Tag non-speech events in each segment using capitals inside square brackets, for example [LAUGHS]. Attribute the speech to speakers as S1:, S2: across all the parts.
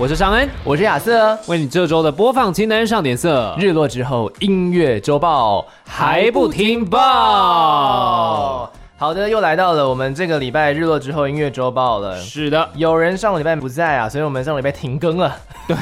S1: 我是尚恩，
S2: 我是亚瑟。
S1: 为你这周的播放清单上点色。
S2: 日落之后，音乐周报
S1: 还不听报？
S2: 哦好的，又来到了我们这个礼拜日落之后音乐周报了。
S1: 是的，
S2: 有人上个礼拜不在啊，所以我们上个礼拜停更了。
S1: [LAUGHS] 对，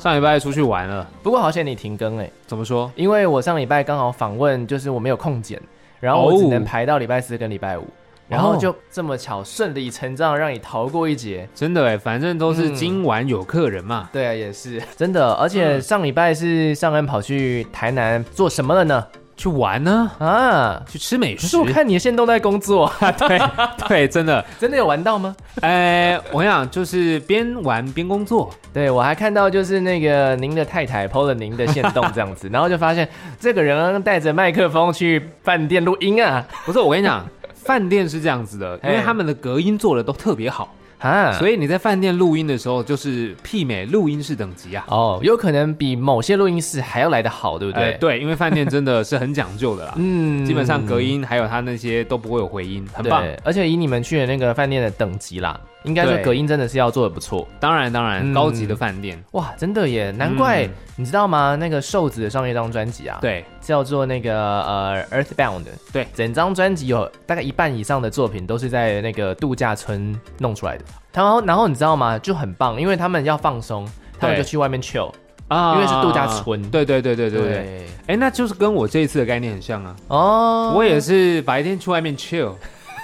S1: 上礼拜出去玩了，
S2: [LAUGHS] 不过好险你停更哎、
S1: 怎么说？
S2: 因为我上礼拜刚好访问，就是我没有空剪，然后我只能
S1: 哦
S2: 排到礼拜四跟礼拜五，然后就这么巧顺理成章让你逃过一劫。
S1: 真的哎，反正都是
S2: 嗯
S1: 今晚有客人嘛。
S2: 对啊，也是嗯真的，而且上礼拜是上恩跑去台南做什么了呢？
S1: 去玩呢、
S2: 啊，
S1: 去吃美
S2: 可
S1: 食
S2: 是我。看你现在都在工作， [LAUGHS]
S1: [LAUGHS] 对对，真的。
S2: 真的有玩到吗？
S1: 哎、我想就是边玩边工作。
S2: 对我还看到就是那个您的太太 PO 了您的线动这样 [LAUGHS] 子，然后就发现这个人带着麦克风去饭店录音啊
S1: 不是，我跟你讲，饭店是这样子的，因为
S2: 哎
S1: 他们的隔音做的都特别好，
S2: 啊，
S1: 所
S2: 以
S1: 以你在饭店录音的时候，就是媲美录音室等级啊。
S2: 哦，有可能比某些录音室还要来得好，对不对？，
S1: 哎对，因为饭店真的是很讲究的啦
S2: 嗯
S1: 基本上隔音还有它那些都不会有回音，很棒。
S2: 对，而且以你们去的那个饭店的等级啦，应该说
S1: 对
S2: 隔音真的是要做的不错。
S1: 当然当然，
S2: 嗯
S1: 高级的饭店，
S2: 哇，真的耶，难怪、
S1: 嗯
S2: 你知道吗？那个瘦子的上一张专辑啊，，
S1: 对
S2: 叫做那个呃《Earthbound》，
S1: 对
S2: 整张专辑有大概一半以上的作品都是在那个度假村弄出来的。然后，然后你知道吗？就很棒，因为他们要放松，他们就去外面 chill，
S1: 啊
S2: 因为是度假村
S1: 对对对对对对。哎，那就是跟我这一次的概念很像啊，
S2: 哦，
S1: 我也是白天去外面 chill，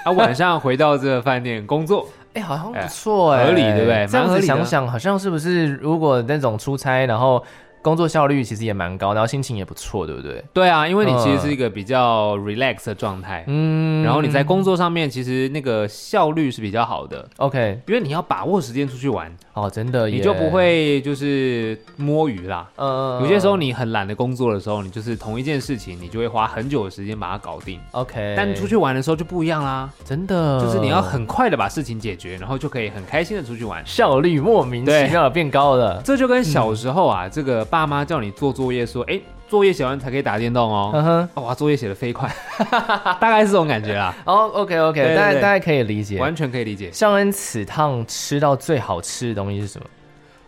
S1: 啊晚上回到这个饭店工作。
S2: 哎、好像不错哎、
S1: 哎合理对不对
S2: 这样
S1: 蛮
S2: 子
S1: 合理的
S2: 想想，好像是不是？如果那种出差，然后工作效率其实也蛮高，然后心情也不错，对不对？
S1: [LAUGHS] 对啊，因为你其
S2: 嗯
S1: 实是一个比较 relax 的状态，
S2: 嗯，
S1: 然后你在工作上面其实那个效率是比较好的，
S2: OK，
S1: 因为你要把握时间出去玩，
S2: 哦，真的耶，
S1: 嗯你就不会就是摸鱼啦。
S2: 嗯，嗯，
S1: 有些时候你很懒得工作的时候，你就是同一件事情，你就会花很久的时间把它搞定。
S2: OK，
S1: 但出去玩的时候就不一样啦，
S2: 真的
S1: 就是你要很快的把事情解决，然后就可以很开心的出去玩。
S2: 效率莫名其
S1: 对
S2: 妙地变高了。
S1: 这就跟小
S2: 嗯
S1: 时候啊，这个爸妈叫你做作业说，哎，作业写完才可以打电动哦。
S2: 嗯哼，
S1: 哇，作业写的飞快， [LAUGHS] 大概是这种感觉啦，
S2: 哦，OK
S1: 对
S2: OK，
S1: 对
S2: 大概
S1: 对
S2: 大概可以理解。
S1: 完全可以理解。
S2: 尚恩此趟吃到最好吃的东西是什么？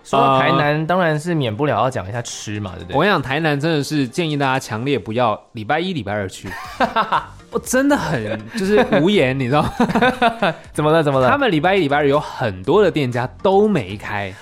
S2: 说到台南，当然是免不了要讲一下吃嘛，对不
S1: 呃我
S2: 对？
S1: 跟你讲，台南真的是建议大家强烈不要礼拜一、礼拜二 [LAUGHS] 去，我哦真的很就是无言，你知道 [LAUGHS] 吗？
S2: 怎么了？怎么
S1: 他
S2: 了？
S1: 们礼拜一、礼拜二有很多的店家都没开，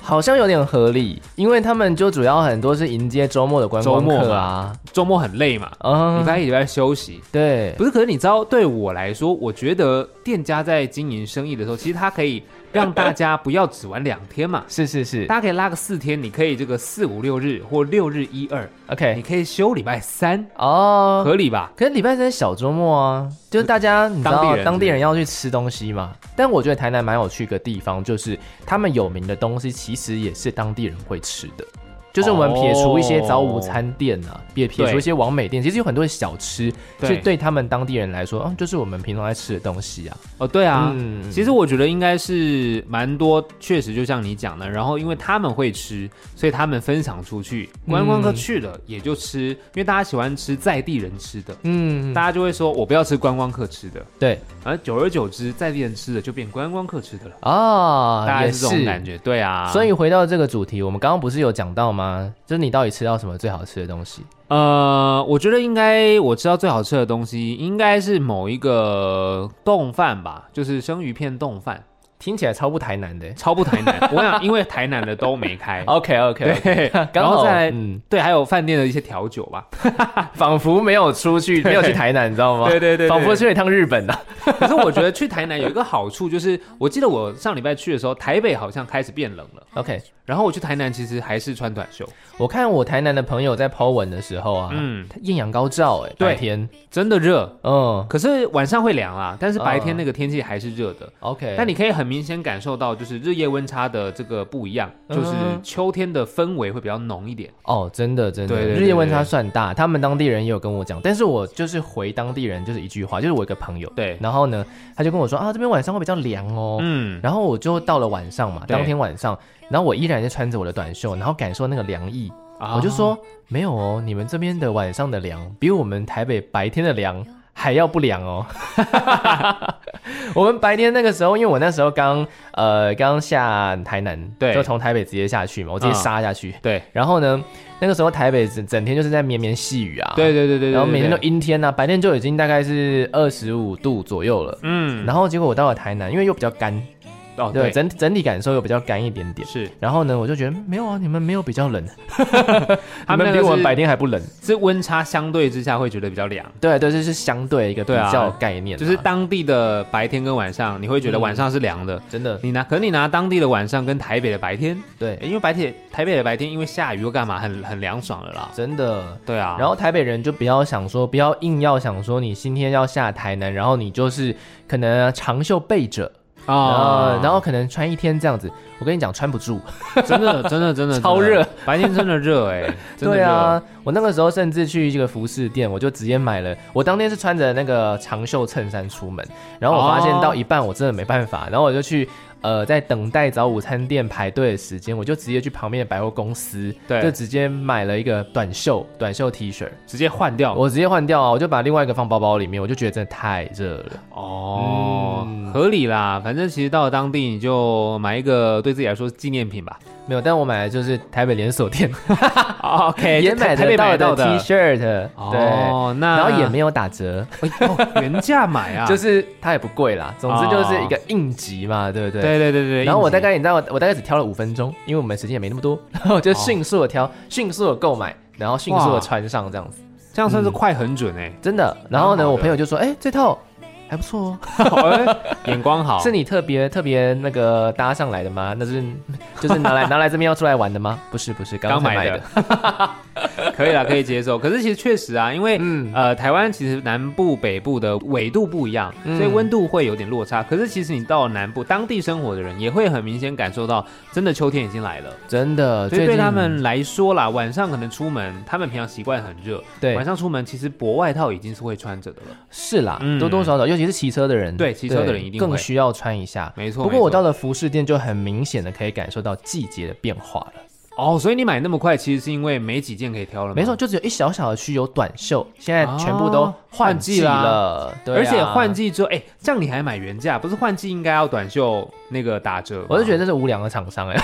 S2: 好像有点合理，因为他们就主要很多是迎接周末的观光
S1: 周末
S2: 客啊
S1: 嘛。周末很累嘛，
S2: 嗯
S1: 礼拜一、礼拜二休息。
S2: 对，，
S1: 不是，可是你知道，对我来说，我觉得店家在经营生意的时候，其实他可以让大家不要只玩两天嘛
S2: 是是是
S1: 大家可以拉个四天，你可以这个四五六日或六日一二，你
S2: ，OK，
S1: 可以休礼拜三，
S2: 哦。
S1: 合理吧？
S2: 可是礼拜三小周末啊，就是大家你知道
S1: 当地人
S2: 当地人要去吃东西嘛。但我觉得台南蛮有趣的地方，就是他们有名的东西其实也是当地人会吃的。就是我们撇除一些早午餐店啊，也撇除一些王美店，其实有很多小吃
S1: 哦对
S2: 是对他们当地人来说，嗯，就是我们平常在吃的东西啊。
S1: 哦，对啊，
S2: 嗯
S1: 其实我觉得应该是蛮多，确实就像你讲的，然后因为他们会吃，所以他们分享出去，
S2: 嗯
S1: 观光客去了也就吃，因为大家喜欢吃在地人吃的，
S2: 嗯，
S1: 大家就会说我不要吃观光客吃的，
S2: 对
S1: 而久而久之，在地人吃的就变观光客吃的了，
S2: 啊，
S1: 大概
S2: 也
S1: 是这种感觉，对啊，
S2: 所以回到这个主题，我们刚刚不是有讲到吗？就是你到底吃到什么最好吃的东西？
S1: 呃，我觉得应该我知道最好吃的东西应该是某一个冻饭吧，就是生鱼片冻饭，
S2: 听起来超不台南的。。
S1: 超不台南，我想因为台南的都没开
S2: OK [LAUGHS] OK，
S1: 对，然
S2: 哦刚好
S1: 后再来
S2: 嗯，
S1: 对，还有饭店的一些调酒 [LAUGHS] 吧。
S2: 仿佛没有出去，没有去台南，你知道吗？
S1: 对对对对
S2: 仿佛去了一趟日本啊呐、
S1: [LAUGHS] 可是我觉得去台南有一个好处，就是我记得我上礼拜去的时候，台北好像开始变冷了。
S2: OK，
S1: 然后我去台南，其实还是穿短袖，
S2: 我看我台南的朋友在抛文的时候啊，
S1: 嗯
S2: 他艳阳高照哎、
S1: 对
S2: 白天，
S1: 真的热。
S2: 嗯
S1: 可是晚上会凉啦，但是白
S2: 嗯
S1: 天那个天气还是热的。
S2: ，OK，
S1: 但你可以很明显感受到就是日夜温差的这个不一样，就是
S2: 嗯
S1: 秋天的氛围会比较浓一点。
S2: 哦，真的真的，
S1: 对对对
S2: 日夜温差算大，他们当地人也有跟我讲，但是我就是回当地人就是一句话，就是我一个朋友，
S1: 对，
S2: 然后呢，他就跟我说啊，这边晚上会比较凉哦。
S1: 嗯，
S2: 然后我就到了晚上嘛，
S1: 对
S2: 当天晚上，然后我依然是穿着我的短袖，然后感受那个凉意。
S1: 啊
S2: 我就说没有哦，你们这边的晚上的凉比我们台北白天的凉还要不凉哦。 [LAUGHS] 我们白天那个时候，因为我那时候刚呃刚下台南，
S1: 对
S2: 就从台北直接下去嘛，我直接
S1: 嗯
S2: 杀下去。
S1: 对，
S2: 然后呢，那个时候台北整整天就是在绵绵细雨啊，
S1: 对对对对对，
S2: 然后每天都
S1: 对
S2: 阴天啊，白天就已经大概是二十五度左右了。
S1: 嗯，
S2: 然后结果我到了台南，因为又比较干，
S1: 哦
S2: 对，
S1: 对，
S2: 整整体感受又比较干一点点。
S1: 是
S2: 然后呢，我就觉得嗯没有啊，你们没有比较
S1: [LAUGHS]
S2: 冷，
S1: 他们
S2: 你
S1: 那
S2: 比
S1: 个
S2: 我们
S1: 是
S2: 白天还不冷。
S1: 是温差相对之下会觉得比较凉，
S2: 对对，这是相对一个比
S1: 对啊
S2: 较概念啊、
S1: 就是当地的白天跟晚上，你会觉得晚上是凉的。
S2: 真的
S1: 你拿，可是你拿当地的晚上跟台北的白天，
S2: 对，
S1: 因为白天台北的白天因为下雨又干嘛，很很凉爽了啦。
S2: 真的。
S1: 对啊，
S2: 然后台北人就不要想说，不要硬要想说你今天要下台南，然后你就是可能长袖备着，
S1: 后
S2: 啊，然后可能穿一天这样子，我跟你讲穿不住。
S1: [LAUGHS] 真的真的真的
S2: 超热，
S1: 真的白天真的
S2: [LAUGHS]
S1: 热哎、真的
S2: 对
S1: 热，
S2: 啊，我那个时候甚至去这个服饰店，我就直接买了。我当天是穿着那个长袖衬衫出门，然后我发现
S1: 哦
S2: 到一半我真的没办法，然后我就去呃在等待早午餐店排队的时间，我就直接去旁边的百货公司，
S1: 对
S2: 就直接买了一个短袖短袖 T 恤，
S1: 直接换掉
S2: 我直接换掉啊，我就把另外一个放包包里面，我就觉得真的太热了。
S1: 哦、
S2: 嗯
S1: 合理啦。反正其实到了当地你就买一个对自己来说是纪念
S2: [LAUGHS]
S1: 品吧。
S2: 没有，但我买的就是台北连锁店
S1: OK，
S2: 也买得到的 T
S1: 恤，
S2: 恤，对，
S1: 哦，那
S2: 然后也没有打折。
S1: 哦原价买啊，
S2: [LAUGHS] 就是它也不贵啦，总之就是一个应急嘛，对不对？
S1: 哦对对对对。
S2: 然后我
S1: 应哦景
S2: 大概你知道，我我大概只挑了五分钟，因为我们时间也没那么多， [LAUGHS] 然后我就迅速的挑，迅速的购买，然后迅速的穿上这样子，
S1: 这样算是快很准哎、
S2: 真的。然后
S1: 哦蛮好
S2: 呢，
S1: 的
S2: 我朋友就说：“哎，这套还不错哦，
S1: [LAUGHS] 哎眼光好。
S2: 是你特别特别那个搭上来的吗？那是 [LAUGHS] 就是拿来
S1: [LAUGHS]
S2: 拿来这边要出来玩的吗？不是不是，刚
S1: 刚
S2: 才
S1: 买
S2: 买
S1: 的， [LAUGHS] 可以啦，可以接受。可是其实确实啊，因为、
S2: 嗯
S1: 呃，台湾其实南部、北部的纬度不一样，
S2: 嗯
S1: 所以温度会有点落差。可是其实你到了南部，当地生活的人也会很明显感受到，真的秋天已经来了。
S2: 真的。
S1: 所以
S2: 呃最
S1: 对
S2: 近
S1: 他们来说啦，晚上可能出门，他们平常习惯很热，
S2: 对
S1: 晚上出门其实薄外套已经是会穿着的了。
S2: 是啦，
S1: 嗯
S2: 多多少少，尤其是骑车的人，
S1: 对骑车的
S2: 对
S1: 人一定
S2: 更
S1: 会
S2: 需要穿一下。
S1: 没错
S2: 不
S1: 没
S2: 过
S1: 错
S2: 我到了服饰店，就很明显的可以感受到季节的变化了。
S1: 哦，所以你买那么快，其实是因为没几件可以挑了吗。
S2: 没错，就只有一小小的区有短袖，现在全部都
S1: 哦
S2: 换季了。对、啊
S1: 而且换，季之后，哎、这样你还买原价，不是换季应该要短袖那个打折吗？
S2: 我就觉得这是无良的厂商哎、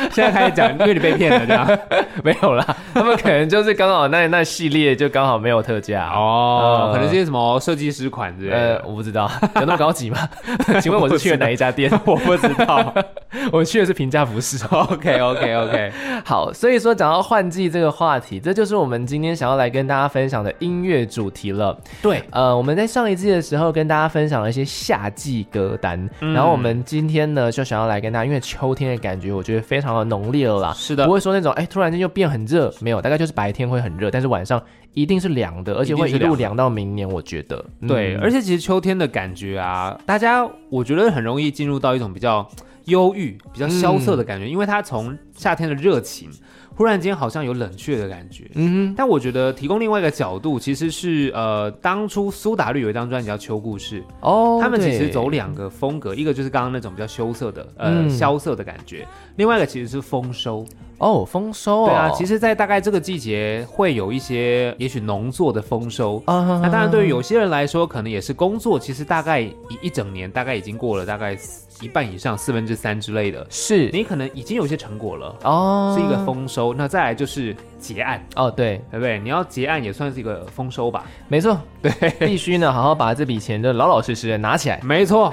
S1: [LAUGHS]
S2: [LAUGHS]
S1: 现在开始讲，因为你被骗了这样。
S2: 没有啦，他们可能就是刚好那那系列就刚好没有特价哦。
S1: [LAUGHS] 哦，啊
S2: 呃
S1: 可能是些什么设计师款之类
S2: 呃，
S1: 的，
S2: 我不知道， [LAUGHS] 有那么高级吗？请问我是去了哪一家店？
S1: 我不知道。
S2: [LAUGHS] 我去的是平价服
S1: [LAUGHS]
S2: 饰。
S1: OK OK OK，
S2: [LAUGHS] 好，所以说讲到换季这个话题，这就是我们今天想要来跟大家分享的音乐主题了。
S1: [LAUGHS] 对，
S2: 呃，我们在上一季的时候跟大家分享了一些夏季歌单，
S1: 嗯
S2: 然后我们今天呢就想要来跟大家，因为秋天的感觉我觉得非常的浓烈了啦，
S1: 是的
S2: 不会说那种哎突然间就变很热，没有，大概就是白天会很热，但是晚上一定是凉的，而且会
S1: 一
S2: 一
S1: 定是
S2: 路
S1: 凉
S2: 凉
S1: 的
S2: 到明年，我觉得，嗯
S1: 对，而
S2: 且
S1: 且其实秋天的感觉啊，大家我觉得很容易进入到一种比较忧郁、比较萧瑟的感觉，因为它从夏天的热情，忽然间好像有冷却的感觉。
S2: 嗯
S1: 但我觉得提供另外一个角度，其实是呃，当初苏打绿有一张专辑叫《秋故事》，
S2: 哼哦，
S1: 他们其实
S2: 对
S1: 走两个风格，一个就是刚刚那种比较羞涩的呃
S2: 嗯
S1: 萧瑟的感觉，另外一个其实是丰收。
S2: 哦丰收哦，
S1: 对啊，其实，在大概这个季节会有一些，也许农作的丰收。
S2: 啊
S1: 那当然，对于有些人来说，可能也是工作，其实大概一一整年，大概已经过了大概一半以上，四分之三之类的，
S2: 是
S1: 你可能已经有一些成果了，
S2: 哦
S1: 是一个丰收。那再来就是结案，
S2: 哦对，
S1: 对不对？你要结案也算是一个丰收吧？
S2: 没错，对，必须呢好好把这笔钱就老老实实的拿起来。[LAUGHS]
S1: 没错，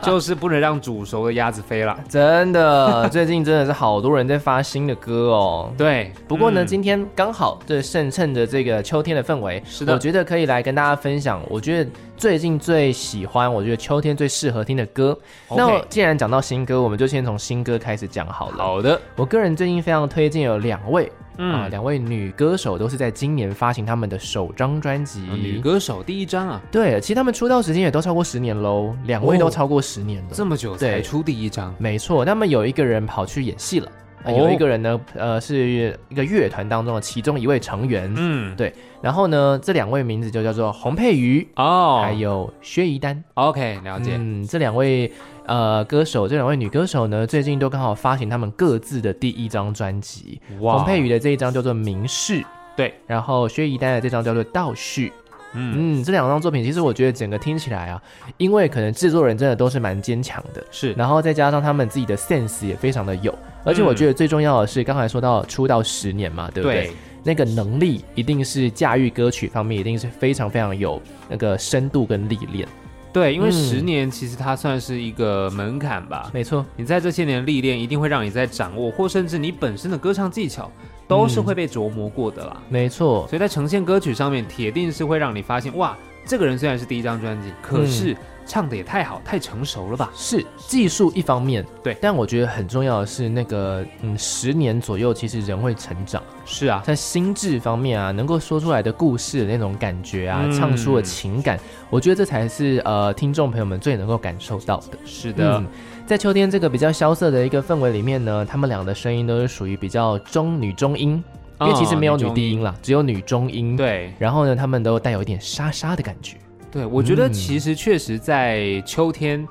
S1: 就是不能让煮熟的鸭子飞了。
S2: 真的， [LAUGHS] 最近真的是好多人在发新的歌哦。
S1: 对，
S2: 不过呢，
S1: 嗯
S2: 今天刚好这趁趁着这个秋天的氛围，
S1: 是的
S2: 我觉得可以来跟大家分享。我觉得最近最喜欢，我觉得秋天最适合听的歌。
S1: OK
S2: 嗯那我既然讲到新歌，我们就先从新歌开始讲好了。
S1: 好的，
S2: 我个人最近非常推荐有两位，
S1: 嗯
S2: 啊，两位女歌手都是在今年发行他们的首张专辑。
S1: 啊女歌手第一张啊，
S2: 对，其实他们出道时间也都超过十年喽，两位
S1: 哦
S2: 都超过十年了。
S1: 这么久
S2: 对
S1: 才出第一张，
S2: 没错，那么有一个人跑去演戏了，呃
S1: 哦
S2: 有一个人呢，呃，是一个乐团当中的其中一位成员。
S1: 嗯，
S2: 对然后呢，这两位名字就叫做洪佩瑜。
S1: 哦
S2: 还有薛怡丹，
S1: ，OK，了解，
S2: 嗯，这两位呃歌手，这两位女歌手呢，最近都刚好发行他们各自的第一张专辑。洪嗯佩瑜的这一张叫做《明示》，
S1: 对，
S2: 然后薛怡丹的这张叫做《倒叙》。
S1: 嗯，
S2: 嗯，这两张作品其实我觉得整个听起来啊，因为可能制作人真的都是蛮坚强的，
S1: 是，
S2: 然后再加上他们自己的 sense 也非常的有，而且我觉得最重要的是，刚才说到出道十年嘛，对不对？
S1: 对，
S2: 那个能力一定是驾驭歌曲方面一定是非常非常有那个深度跟历练，
S1: 对，因为
S2: 嗯
S1: 十年其实它算是一个门槛吧，
S2: 没错。
S1: 你在这些年的历练，一定会让你在掌握，或甚至你本身的歌唱技巧，都是会被琢磨过的啦。
S2: 没错，
S1: 所以在呈现歌曲上面，铁定是会让你发现，哇，这个人虽然是第一张专辑，可
S2: 嗯
S1: 是唱的也太好、太成熟了吧？
S2: 是技术一方面，
S1: 对
S2: 但我觉得很重要的是那个，嗯，十年左右其实人会成长，
S1: 是啊，
S2: 在心智方面啊，能够说出来的故事的那种感觉啊，
S1: 嗯
S2: 唱出的情感，我觉得这才是呃听众朋友们最能够感受到的。
S1: 是的，
S2: 嗯，在秋天这个比较萧瑟的一个氛围里面呢，他们俩的声音都是属于比较中女中音，
S1: 哦嗯
S2: 因为其实没有女低音
S1: 了。
S2: 啦，只有女中音。，
S1: 对
S2: 然后呢，他们都带有一点沙沙的感觉。
S1: 对，我觉得
S2: 嗯
S1: 其实确实在秋天，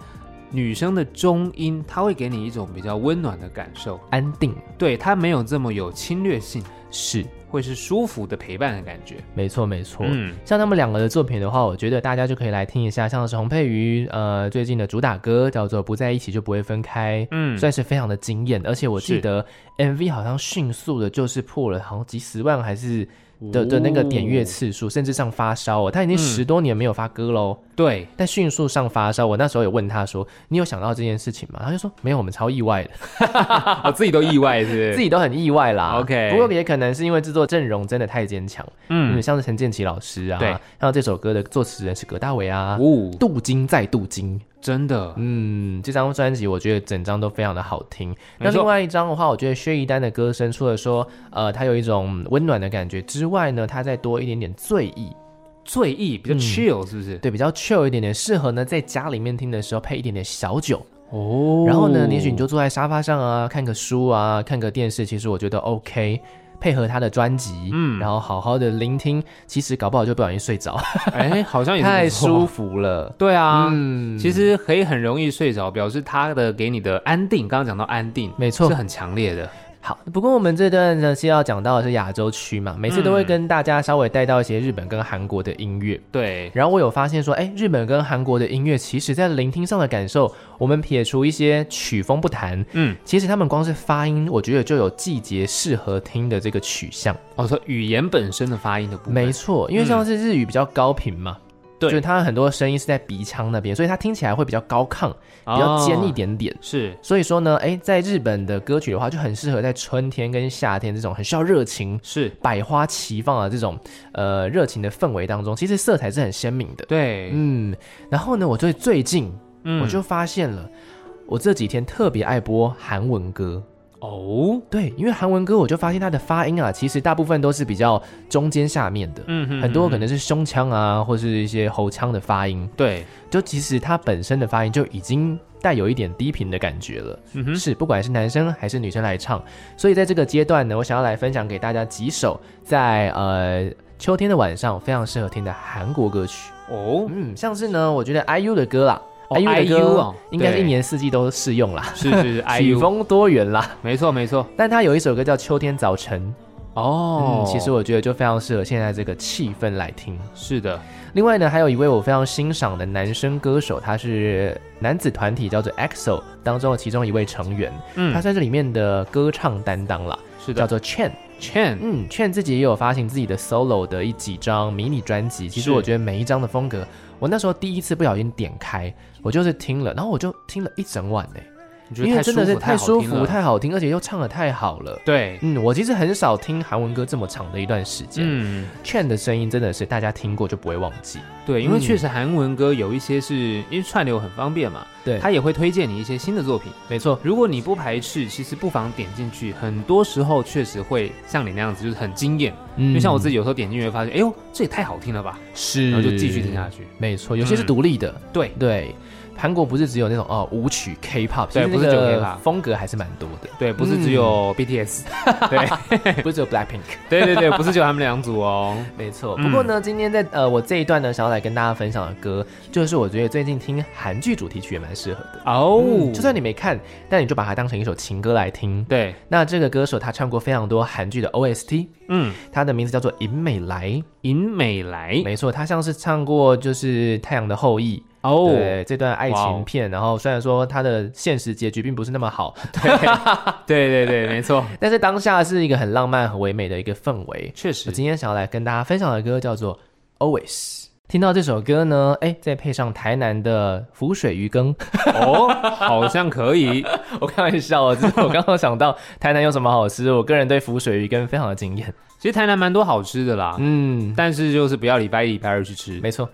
S1: 女生的中音，它会给你一种比较温暖的感受，
S2: 安定
S1: 对，它没有这么有侵略性，
S2: 是
S1: 会是舒服的陪伴的感觉。
S2: 没错没错。
S1: 嗯，
S2: 像他们两个的作品的话，我觉得大家就可以来听一下，像是洪佩瑜呃最近的主打歌叫做《不在一起就不会分开》，
S1: 嗯
S2: 算是非常的惊艳，而且我记
S1: 是
S2: 得 MV 好像迅速的就是破了好像几十万还是的的那个点阅次数，甚至上发烧、哦，他已经
S1: 哦嗯
S2: 十多年没有发歌喽。
S1: 哦对，
S2: 但迅速上发烧，我那时候有问他说：“你有想到这件事情吗？”他就说：“没有，我们超意外的，
S1: [LAUGHS] 啊，自己都意外是不
S2: [LAUGHS]
S1: 是
S2: 自己都很意外啦。
S1: OK
S2: 不过也可能是因为制作阵容真的太坚强，嗯，
S1: 嗯，
S2: 像是陈建奇老师啊，
S1: 对，
S2: 像这首歌的作词人是葛大为啊，
S1: 哦，
S2: 镀金再镀金，
S1: 真的，
S2: 嗯，这张专辑我觉得整张都非常的好听。那
S1: 没错
S2: 另外一张的话，我觉得薛一丹的歌声除了说，呃，它有一种温暖的感觉之外呢，它再多一点点醉意，
S1: 醉意比较
S2: 嗯
S1: chill 是不是？
S2: 对，比较 chill 一点点，适合呢在家里面听的时候配一点点小酒，
S1: 哦
S2: 然后呢，也许你就坐在沙发上啊，看个书啊，看个电视，其实我觉得 OK。配合他的专辑，嗯，
S1: 嗯
S2: 然后好好的聆听，其实搞不好就不小心睡着，
S1: [LAUGHS] 哎，好像也是
S2: 太
S1: 不错
S2: 舒。服了。
S1: 对啊，
S2: 嗯，
S1: 其实可以很容易睡着，表示他的给你的安定，刚刚讲到安定，
S2: 没错
S1: 是很强烈的。
S2: 好，不过我们这段呢是要讲到的是亚洲区嘛，每次都会跟大家稍微带到一些日本跟韩国的音乐。
S1: 对，
S2: 然后我有发现说，哎，日本跟韩国的音乐，其实在聆听上的感受，我们撇除一些曲风不谈，
S1: 嗯，
S2: 其实他们光是发音，我觉得就有季节适合听的这个取向。
S1: 我说哦语言本身的发音的部分，
S2: 没错，因为像是日语比较高频嘛，
S1: 对
S2: 就是它很多声音是在鼻腔那边，所以它听起来会比较高亢，比较尖一
S1: 哦，
S2: 点点。
S1: 是
S2: 所以说呢，哎，在日本的歌曲的话，就很适合在春天跟夏天这种很需要热情、
S1: 是，
S2: 百花齐放的这种呃热情的氛围当中，其实色彩是很鲜明的。
S1: 对，
S2: 嗯，然后呢，我最最近、
S1: 嗯
S2: 我就发现了，我这几天特别爱播韩文歌。
S1: 哦，
S2: 对，因为韩文歌我就发现它的发音啊，其实大部分都是比较中间下面的，
S1: 嗯哼
S2: 很多
S1: 嗯
S2: 可能是胸腔啊，或是一些喉腔的发音，
S1: 对，
S2: 就其实它本身的发音就已经带有一点低频的感觉了。
S1: 嗯哼，
S2: 是，不管是男生还是女生来唱。所以在这个阶段呢，我想要来分享给大家几首在呃秋天的晚上非常适合听的韩国歌曲。
S1: 哦，
S2: 嗯，像是呢，我觉得 IU 的歌啦、
S1: 哦
S2: i u 的歌
S1: IU 哦
S2: 应该是
S1: 对
S2: 一年四季都适用啦，
S1: 是是是
S2: [LAUGHS] 曲
S1: ，IU，
S2: 风多元啦。
S1: 没错没错，
S2: 但它有一首歌叫《秋天早晨》，
S1: 哦
S2: 嗯，，其实我觉得就非常适合现在这个气氛来听。
S1: 是的，
S2: 另外呢，还有一位我非常欣赏的男生歌手，他是男子团体叫做 EXO 当中的其中一位成员，
S1: 嗯
S2: 他算是里面的歌唱担当啦。
S1: 是
S2: 叫
S1: 的
S2: 做 Chen。
S1: ，Chen，
S2: 嗯，Chen 自己也有发行自己的 solo 的一几张迷你专辑。其实
S1: 是
S2: 我觉得每一张的风格，我那时候第一次不小心点开，我就是听了，然后我就听了一整晚呢、
S1: 你觉得
S2: 因为
S1: 太
S2: 真的是
S1: 舒服太好
S2: 舒
S1: 听
S2: 服、
S1: 了
S2: 太好听，而且又唱的太好了。
S1: 对，
S2: 嗯，我其实很少听韩文歌这么长的一段时间。
S1: 嗯，
S2: Chen 的声音真的是大家听过就不会忘记。
S1: 对，因
S2: 嗯
S1: 为确实韩文歌有一些是因为串流很方便嘛，
S2: 对
S1: 它也会推荐你一些新的作品。
S2: 没错，
S1: 如果你不排斥，其实不妨点进去，很多时候确实会像你那样子，就是很惊艳。
S2: 嗯嗯
S1: 就像我自己有时候点进去会发现，哎呦，这也太好听了吧，
S2: 是，
S1: 然后就继续听下。去。
S2: 没错，有些是
S1: 嗯
S2: 独立的，
S1: 对，
S2: 对。韩国不是只有那种哦舞曲 K-pop，
S1: 对
S2: 其实
S1: 不是
S2: 那
S1: 只有
S2: 个
S1: K-pop
S2: 风格还是蛮多的，
S1: 对，不是只
S2: 嗯
S1: 有 BTS，、 [LAUGHS]
S2: 不是只有 Blackpink。
S1: 对对对，不是只有他们两组哦。
S2: [LAUGHS] 没错，
S1: 嗯
S2: 不过呢，今天在呃我这一段呢，想要来跟大家分享的歌，就是我觉得最近听韩剧主题曲也蛮适合的。
S1: 哦、
S2: 嗯，就算你没看，但你就把它当成一首情歌来听。
S1: 对，
S2: 那这个歌手他唱过非常多韩剧的 OST，
S1: 嗯，
S2: 他的名字叫做尹美莱。
S1: 尹美来，
S2: 没错，他像是唱过就是《太阳的后裔》
S1: 哦，
S2: 对这段爱
S1: 哇
S2: 情
S1: 哦
S2: 片，然后虽然说他的现实结局并不是那么
S1: [LAUGHS]
S2: 好，
S1: 对对对，
S2: [LAUGHS]
S1: 没错，
S2: 但是当下是一个很浪漫、很唯美的一个氛围。
S1: 确
S2: 我
S1: 实，
S2: 今天想要来跟大家分享的歌叫做《Always》。听到这首歌呢，哎，再配上台南的浮水渔羹， [LAUGHS]
S1: 哦，好像可以，
S2: 我开玩笑哦，只是我刚刚想到台南有什么好吃，我个人对浮水鱼羹非常的惊艳。
S1: 其实台南蛮多好吃的啦，
S2: 嗯，
S1: 但是就是不要礼拜一、礼拜二去吃，
S2: 没
S1: [LAUGHS]
S2: 错，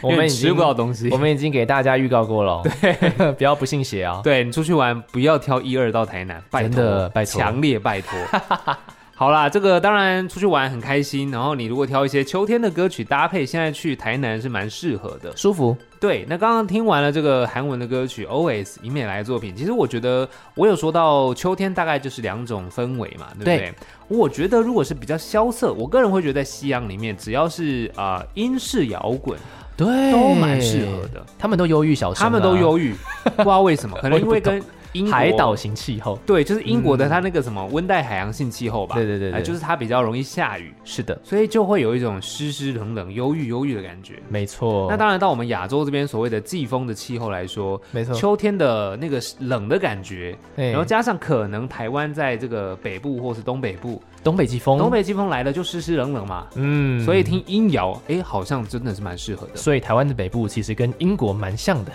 S2: 我
S1: 因为
S2: 们已
S1: 你吃
S2: 经
S1: 不到东西
S2: [LAUGHS] 我。们已经给大家预告过了哦，对， [LAUGHS] 不要不信邪啊。
S1: 对你出去玩不要挑一二到台南，拜
S2: 真
S1: 托，
S2: 的拜托
S1: 强烈拜托。 [LAUGHS] 好啦，这个当然出去玩很开心，然后你如果挑一些秋天的歌曲搭配，现在去台南是蛮适合的。
S2: 舒服，
S1: 对，那刚刚听完了这个韩文的歌曲《Always》以美来的作品，其实我觉得我有说到秋天大概就是两种氛围嘛，对不对？
S2: 对
S1: 我觉得如果是比较萧瑟，我个人会觉得在西洋里面，只要是啊、呃英式摇滚
S2: 对
S1: 都蛮适合的，
S2: 他们都忧郁小生啊，
S1: 他们都忧
S2: [LAUGHS]
S1: 郁，不知道为什么，可能因为跟英国
S2: 海岛型气候。
S1: 对，就是英国的它那个什么温带海洋性气候
S2: 嗯
S1: 吧，
S2: 对对对对
S1: 哎就是它比较容易下雨，
S2: 是的，
S1: 所以就会有一种湿湿冷冷、忧郁忧郁的感觉。
S2: 没错。
S1: 那当然，到我们亚洲这边所谓的季风的气候来说，
S2: 没错，
S1: 秋天的那个冷的感觉，
S2: 然
S1: 然后加上可能台湾在这个北部或是东北部，
S2: 东北季风，
S1: 东，北季风来了就湿湿冷冷嘛，
S2: 嗯
S1: 所以听音摇，哎，好像真的是蛮适合
S2: [LAUGHS]
S1: 的。
S2: 所以台湾的北部其实跟英国蛮像的。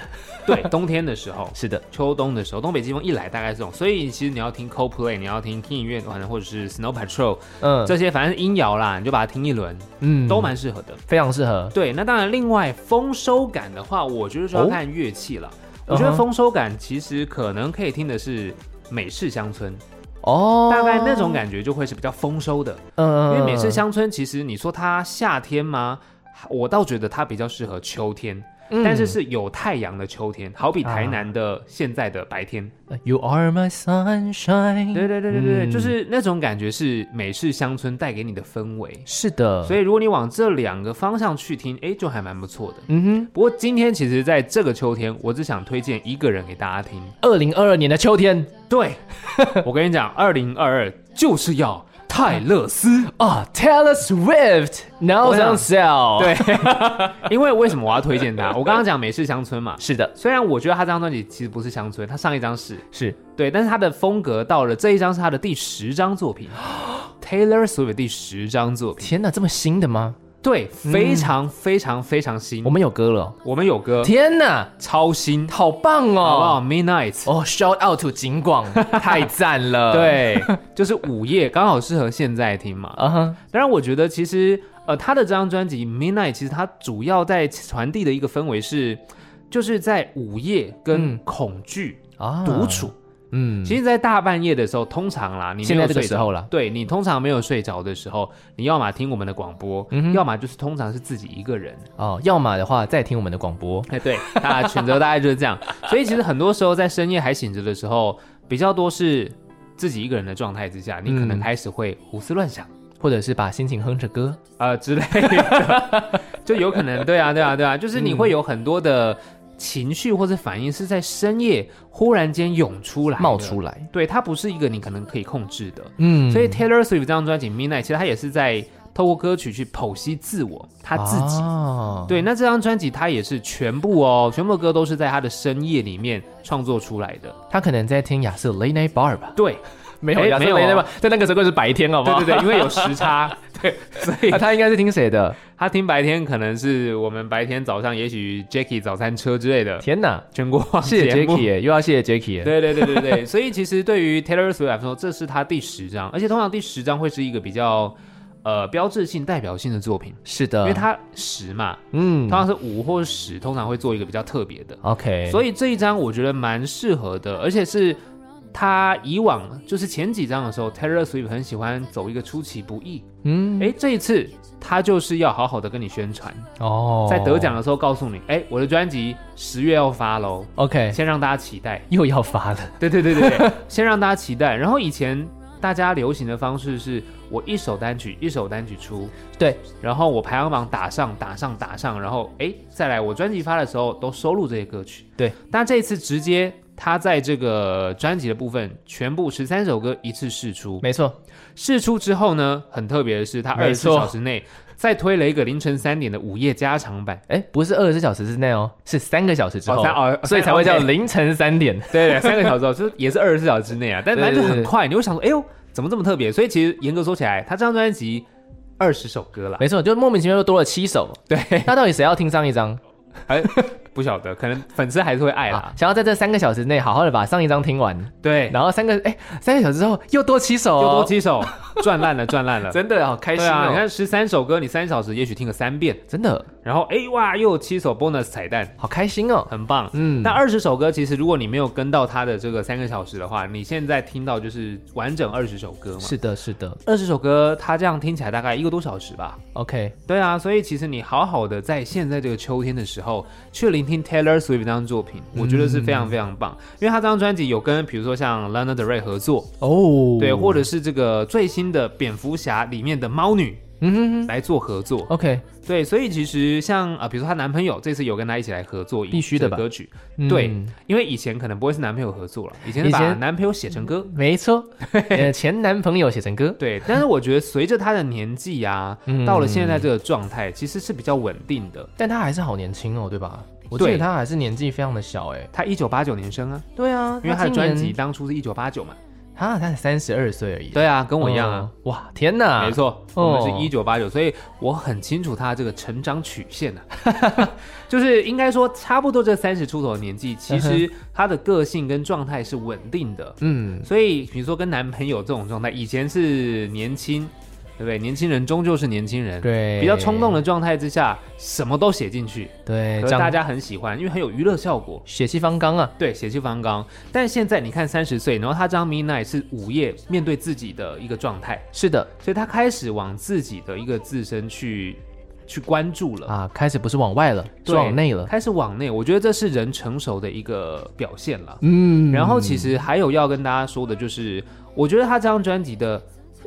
S1: 对，冬天的时候。
S2: 是的，
S1: 秋冬的时候，东北季风一来，大概是这种，所以其实你要听 Coldplay，你要听听音乐，反正或者是 Snow Patrol
S2: 嗯，
S1: 这些，反正音摇啦，你就把它听一轮，
S2: 嗯
S1: 都蛮适合的。
S2: 非常适合。
S1: 对，那当然，另外丰收感的话，我觉得就要
S2: 哦
S1: 看乐器了。我
S2: 嗯
S1: 觉得
S2: 哼
S1: 丰收感其实可能可以听的是美式乡村，
S2: 哦，
S1: 大概那种，感觉就会是比较丰收的。因
S2: 嗯
S1: 为美式，乡村其实你说它夏天吗？我倒觉得它比较适合秋天，
S2: 嗯
S1: 但是是有太阳的秋天，好比台南的现在的白天。
S2: You are my sunshine。
S1: 对对对对对，
S2: 啊嗯
S1: 就是那种感觉是美式乡村带给你的氛围。
S2: 是的，
S1: 所
S2: 以，
S1: 以如果你往这两个方向去听，哎，就还蛮不错的。
S2: 嗯
S1: 不过今天其实在这个秋天，我只想推荐一个人给大家听。
S2: 哼，二零二二年的秋天
S1: 对， [LAUGHS] 我跟你讲，二零二二就是要泰勒斯。
S2: 啊，Taylor Swift Now
S1: 我
S2: on
S1: 想
S2: Sale。，
S1: [LAUGHS] 对， [LAUGHS] 因为为什么我要推荐他？我刚刚讲美式乡村嘛，
S2: 是的，
S1: 虽然我觉得他这张专辑其实不是乡村，他上一张是
S2: 是
S1: 对，但是他的风格到了这一张是他的第十张作 [GASPS] 品，Taylor Swift 第十张作品，
S2: 天哪，这么新的吗？
S1: 对，非常非常非常新。
S2: 我们有歌了哦，
S1: 我们有歌
S2: 天哪，
S1: 超新，
S2: 好棒
S1: 好不好
S2: 哦！
S1: ？Midnight，
S2: 哦，shout out to 景
S1: [LAUGHS]
S2: 广，太赞了。，
S1: 对，呃 [LAUGHS] 就是午夜，刚好适合现在听嘛。
S2: 啊哈，
S1: 当然，我觉得其实呃，他的这张专辑《Midnight》其实它主要在传递的一个氛围是，就是在午夜跟
S2: 嗯
S1: 恐惧、
S2: 啊
S1: 独，处。
S2: 嗯，
S1: 其实，在大半夜的时候，通常啦，你
S2: 现在这个
S1: 没有睡
S2: 时
S1: 着
S2: 候啦
S1: 对你通常没有睡着的时候，你要么听我们的广播，
S2: 嗯哼
S1: 要么就是通常是自己一个人。 [LAUGHS]
S2: 哦，要么的话再听我们的广播。
S1: 哎，对，大家选择大概就是这样。所以其实很多时候在深夜还醒着的时候，比较多是自己一个人的状态之下，你可能
S2: 嗯
S1: 开始会胡思乱想。
S2: 或者是把心情哼着歌，
S1: 呃之类的， [LAUGHS] 就有可能对啊，对啊，对啊，就是你会有很多的情绪或者反应是在深夜忽然间涌出来、
S2: 冒出
S1: 来。
S2: 来。
S1: 对，它不是一个你可能可以控制的。
S2: 嗯
S1: 所以 Taylor Swift 这张专辑《Midnight》其实他也是在透过歌曲去剖析自我，他自己。
S2: 哦、
S1: 对，那这张专辑他也是全部哦，全部的歌都是在他的深夜里面创作出来的。
S2: 他可能在听亚 [LAUGHS] 瑟 Late Night Bar 吧？
S1: 对，
S2: 没
S1: 哎
S2: 亚瑟
S1: 没有
S2: Late Night
S1: 哦
S2: Bar，在那个时候就是白天，好不
S1: 对
S2: 好？
S1: 对对，因为有时差， [LAUGHS] 所以 [LAUGHS]
S2: 啊他应该是听谁的？
S1: 他听白天可能是我们白天早上，也许 Jacky 早餐车之类的
S2: 天哪，
S1: 全国化
S2: 谢谢
S1: 节目
S2: Jacky，。耶又要谢谢 Jacky，耶
S1: 对对对对对， [LAUGHS] 所以其实对于 Taylor Swift 来说，这是他第十张，而且通常第十张会是一个比较呃标志性、代表性的作品，
S2: 是的，
S1: 因为他十嘛，
S2: 嗯
S1: 通常是五或十，通常会做一个比较特别的。
S2: ，OK，
S1: 所
S2: 以
S1: 以这一张我觉得蛮适合的，而且是他以往就是前几张的时候，Taylor Swift 很喜欢走一个出其不意。
S2: 嗯，
S1: 哎，这一次他就是要好好的跟你宣传，
S2: 哦，
S1: 在得奖的时候告诉你，哎，我的专辑十月要发喽，
S2: ，OK，
S1: 先让大家期待。
S2: 又要发了，
S1: 对对对对对， [LAUGHS] 先让大家期待。然后以前大家流行的方式是我一首单曲一首单曲出，
S2: 对，
S1: 然后我排行榜打上打上打上，然后哎再来我专辑发的时候都收录这些歌曲。
S2: 对，
S1: 但这一次直接他在这个专辑的部分全部十三首歌一次试出，
S2: 没错，
S1: 试出之后呢，很特别的是他二
S2: 没
S1: 十四
S2: 错
S1: 小时内再推了一个凌晨三点的午夜加长版。
S2: 哎，不是二十四小时之内哦，是三个小时之后
S1: 哦三哦，
S2: 所以才会叫
S1: OK
S2: 凌晨三点，
S1: 对对，三个小时哦，就是也是二十四小时之内啊，但反正就很快，你会想说，哎呦，怎么这么特别？所以其实严格说起来，他这张专辑二十首歌啦，
S2: 没错，就莫名其妙又多了七 [LAUGHS] 首，
S1: 对，
S2: 那到底谁要听上一张
S1: 哎，不晓得，可能粉丝还是会爱啦
S2: 啊，？想要在这三个小时内好好的把上一张听完，
S1: 对，
S2: 然后三个哎三个小时之后又多七首
S1: 又
S2: 哦，
S1: 多七首，赚烂了，赚烂
S2: [LAUGHS]
S1: 了。
S2: 真的好开
S1: 对
S2: 心哦！
S1: 啊，你看十三首歌，你三小时也许听个三遍，
S2: 真的
S1: 然后哎哇，又有七首 bonus 彩蛋，
S2: 好开心哦。
S1: 很棒。
S2: 嗯，
S1: 那二十首歌，其实如果你没有跟到他的这个三个小时的话，你现在听到就是完整二十首歌嘛。
S2: 是的，是的
S1: 二十首歌，他这样听起来大概一个多小时吧。
S2: ，OK，
S1: 对啊，所以其实你好好的在现在这个秋天的时候去聆听 Taylor Swift 那张作品，我觉得是非常非常棒，因为他这张专辑有跟比如说像 Lana Del Rey 合作，
S2: 哦
S1: 对，或者是这个最新的蝙蝠侠里面的猫女
S2: 嗯哼
S1: 来做合作，
S2: 哼，OK，
S1: 对，所以其实像啊、呃比如说她男朋友这次有跟她一起来合作，
S2: 必须的吧
S1: 歌曲，
S2: 嗯
S1: 对，因为以前可能不会是男朋友合作了，以前
S2: 以
S1: 把
S2: 前
S1: 男朋友写成歌。
S2: 没 [LAUGHS] 错，呃，前男朋友写成歌，
S1: 对，但是我觉得随着她的年纪啊，
S2: [LAUGHS] 嗯
S1: 到了现在这个状态，其实是比较稳定的。
S2: 但他还是好年轻哦，对吧？我记得
S1: 对
S2: 他还是年纪非常的小，哎，
S1: 她一九八九年生啊，
S2: 对
S1: [LAUGHS]
S2: 啊，
S1: 因为他的专
S2: 今
S1: 辑
S2: 年
S1: 当初是一九八九嘛。
S2: 啊，他才三十二岁而已，
S1: 对啊，
S2: 嗯，
S1: 跟我一样啊。
S2: 哇，天哪，
S1: 没，错，我们
S2: 哦
S1: 是一九八九，所以我很清楚他这个成长曲线啊， [LAUGHS] 就是应该说差不多这三十出头的年纪，其实他的个性跟状态是稳定的。
S2: 嗯，
S1: 所以比如说跟男朋友这种状态，以前是年轻，对不对？年轻人终究是年轻人，，
S2: 对，
S1: 比较冲动的状态之下，什么都写进去，
S2: 对，
S1: 可是
S2: 长
S1: 大家很喜欢，因为很有娱乐效果。
S2: 血气方刚啊，
S1: 对，血气方刚。但现在你看三十岁，然后他这张 Midnight 是午夜面对自己的一个状态，
S2: 是的
S1: 所以他开始往自己的一个自身去去关注了，
S2: 啊，开始不是往外了，是
S1: 对
S2: 往内了，
S1: 开始往内。我觉得这是人成熟的一个表现了。
S2: 嗯
S1: 然后其实还有要跟大家说的就是，我觉得他这张专辑的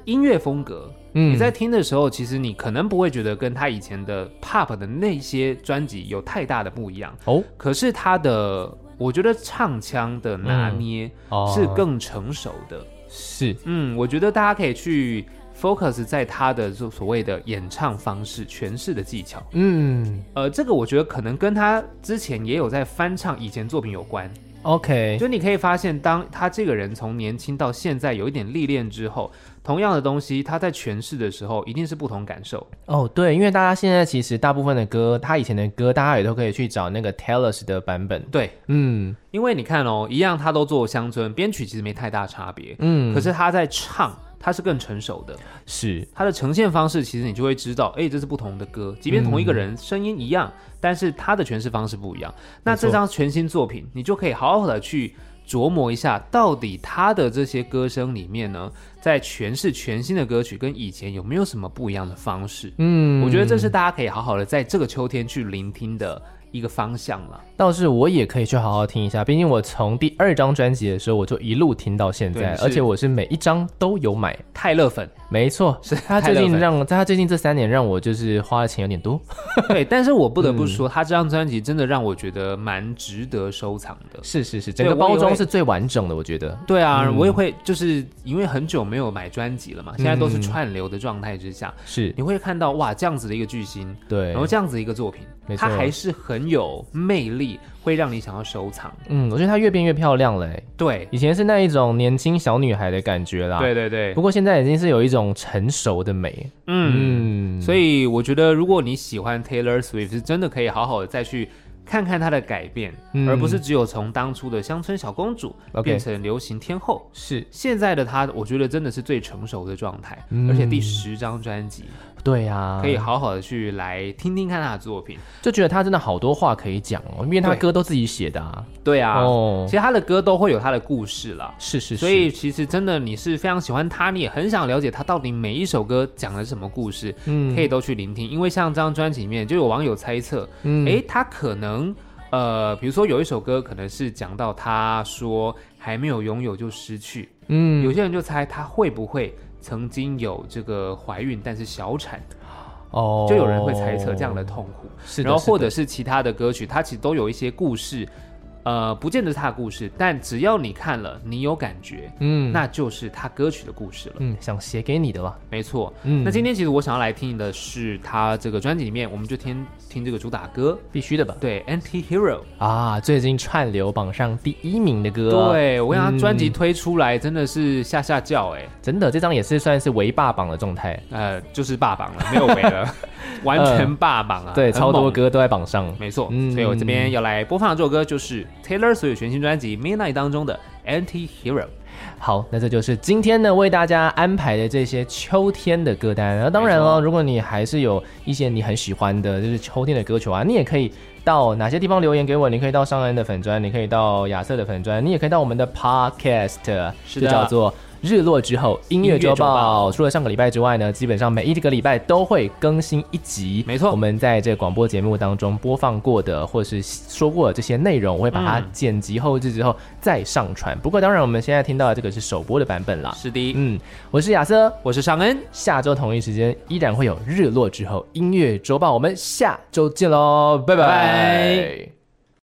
S1: 音乐风格。
S2: 嗯
S1: 你在听的时候，其实你可能不会觉得跟他以前的 pop 的那些专辑有太大的不一样，
S2: 哦
S1: 可是他的，我觉得唱腔的拿捏，
S2: 哦
S1: 是更成熟的。
S2: 是
S1: 嗯，我觉得大家可以去 focus 在他的所所谓的演唱方式、诠释的技巧。
S2: 嗯
S1: 呃，这个我觉得可能跟他之前也有在翻唱以前作品有关。
S2: ，OK，
S1: 就你可以发现，当他这个人从年轻到现在有一点历练之后，同样的东西他在诠释的时候一定是不同感受。
S2: 哦，对，因为大家现在其实大部分的歌，他以前的歌，大家也都可以去找那个 Taylor 的版本。
S1: 对，
S2: 嗯
S1: 因为你看哦，一样他都做乡村编曲，其实没太大差别。
S2: 嗯，
S1: 可是他在唱，他是更成熟的。
S2: 是
S1: 它的呈现方式，其实你就会知道，哎、这是不同的歌，即便
S2: 嗯
S1: 同一个人声音一样，但是他的诠释方式不一样。那
S2: 没错
S1: 这张全新作品，你就可以好好的去琢磨一下，到底他的这些歌声里面呢，在诠释全新的歌曲跟以前有没有什么不一样的方式？
S2: 嗯，
S1: 我觉得这是大家可以好好的在这个秋天去聆听的一个方向了。
S2: 倒是我也可以去好好听一下，毕竟我从第二张专辑的时候，我就一路听到现在，
S1: 对
S2: 而且
S1: 是
S2: 我是每一张都有买。
S1: 泰勒粉，
S2: 没错，
S1: 是
S2: 他最
S1: 泰勒
S2: 近
S1: 粉
S2: 让在他最近这三年让我就是花的钱有点
S1: [LAUGHS]
S2: 多。 [LAUGHS]
S1: 对，但是我不得不
S2: 嗯
S1: 说，他这张专辑真的让我觉得蛮值得收藏的。
S2: 是是是，整
S1: 对
S2: 个
S1: 我也
S2: 包装
S1: 会
S2: 是最完整的，我觉得。
S1: 对啊，我也会，就是因为很久没有买专辑了嘛，现在都
S2: 嗯
S1: 是串流的状态之下，
S2: 是
S1: 你会看到哇，这样子的一个巨星，
S2: 对
S1: 然，后这样子一个作品，
S2: 没错
S1: 它还是很有魅力，会让你想要收藏。
S2: 嗯，我觉得她越变越漂亮了、欸，
S1: 对，
S2: 以前是那一种年轻小女孩的感觉啦，
S1: 对对对
S2: 不，过现在已经是有一种成熟的美，
S1: 嗯。
S2: 嗯，
S1: 所以我觉得，如果你喜欢 Taylor Swift，是真的可以好好的再去看看她的改变，
S2: 嗯
S1: 而不是只有从当初的乡村小公主
S2: OK
S1: 变成流行天后。
S2: 是
S1: 现在的她，我觉得真的是最成熟的状态，
S2: 嗯
S1: 而且第十张专辑
S2: 对啊，
S1: 可以好好的去来听听看她的作品。
S2: 就觉得她真的好多话可以讲哦，因为她
S1: 对
S2: 歌都自己写的啊，
S1: 对啊，
S2: 哦
S1: 其实她的歌都会有她的故事啦。
S2: 是是是，
S1: 所以其实真的你是非常喜欢她，你也很想了解她到底每一首歌讲了什么故事，
S2: 嗯
S1: 可以都去聆听。因为像这张专辑里面就有网友猜测，
S2: 嗯
S1: 诶，他可能呃，比如说有一首歌可能是讲到他说还没有拥有就失去，
S2: 嗯
S1: 有些人就猜他会不会曾经有这个怀孕但是小产，
S2: 哦
S1: 就有人会猜测这样的，痛苦。
S2: 是的
S1: 然后或
S2: 是的
S1: 者是其他的歌曲，它其实都有一些故事，呃，不见得是他的故事，但只要你看了，你有感觉，
S2: 嗯
S1: 那就是他歌曲的故事了。
S2: 嗯想写给你的吧，
S1: 没错，
S2: 嗯
S1: 那今天其实我想要来听的是他这个专辑里面，我们就听听这个主打歌，
S2: 必须的吧，
S1: 对，Anti Hero。
S2: 啊，最近串流榜上第一名的歌，，
S1: 对，我想他专辑
S2: 嗯
S1: 推出来真的是吓吓叫哎、
S2: 真的这张也是算是围霸榜的状态，
S1: 呃，就是霸
S2: [LAUGHS]
S1: 榜了，没有围了，完全霸榜啊，
S2: 对，
S1: 很
S2: 超多
S1: 猛。
S2: 歌都在榜上，
S1: 没错，
S2: 嗯
S1: 所以我这边要来播放的这首歌就是 Taylor Swift 全新专辑《Midnight》当中的《Anti Hero》。
S2: 好，那这就是今天呢为大家安排的这些秋天的歌单。那当然
S1: 没
S2: 了，
S1: 错
S2: 如果你还是有一些你很喜欢的，就是秋天的歌曲啊，你也可以到哪些地方留言给我？你可以到上恩的粉砖，你可以到亚瑟的粉砖，你也可以到我们的 Podcast，
S1: 是
S2: 就
S1: 的
S2: 叫做。日落之后音乐周
S1: 音乐周
S2: 报，
S1: 报
S2: 除了上个礼拜之外呢，基本上每一个礼拜都会更新一集。
S1: 没错
S2: 我们在这个广播节目当中播放过的或是说过的这些内容，我会把它
S1: 嗯
S2: 剪辑后置之后再上传。不过当然，我们现在听到的这个是首播的版本啦。
S1: 是的，
S2: 嗯，我是亚瑟，
S1: 我是尚恩，
S2: 下周同一时间依然会有日落之后音乐周报，我们下周见喽，拜
S1: 拜
S2: 拜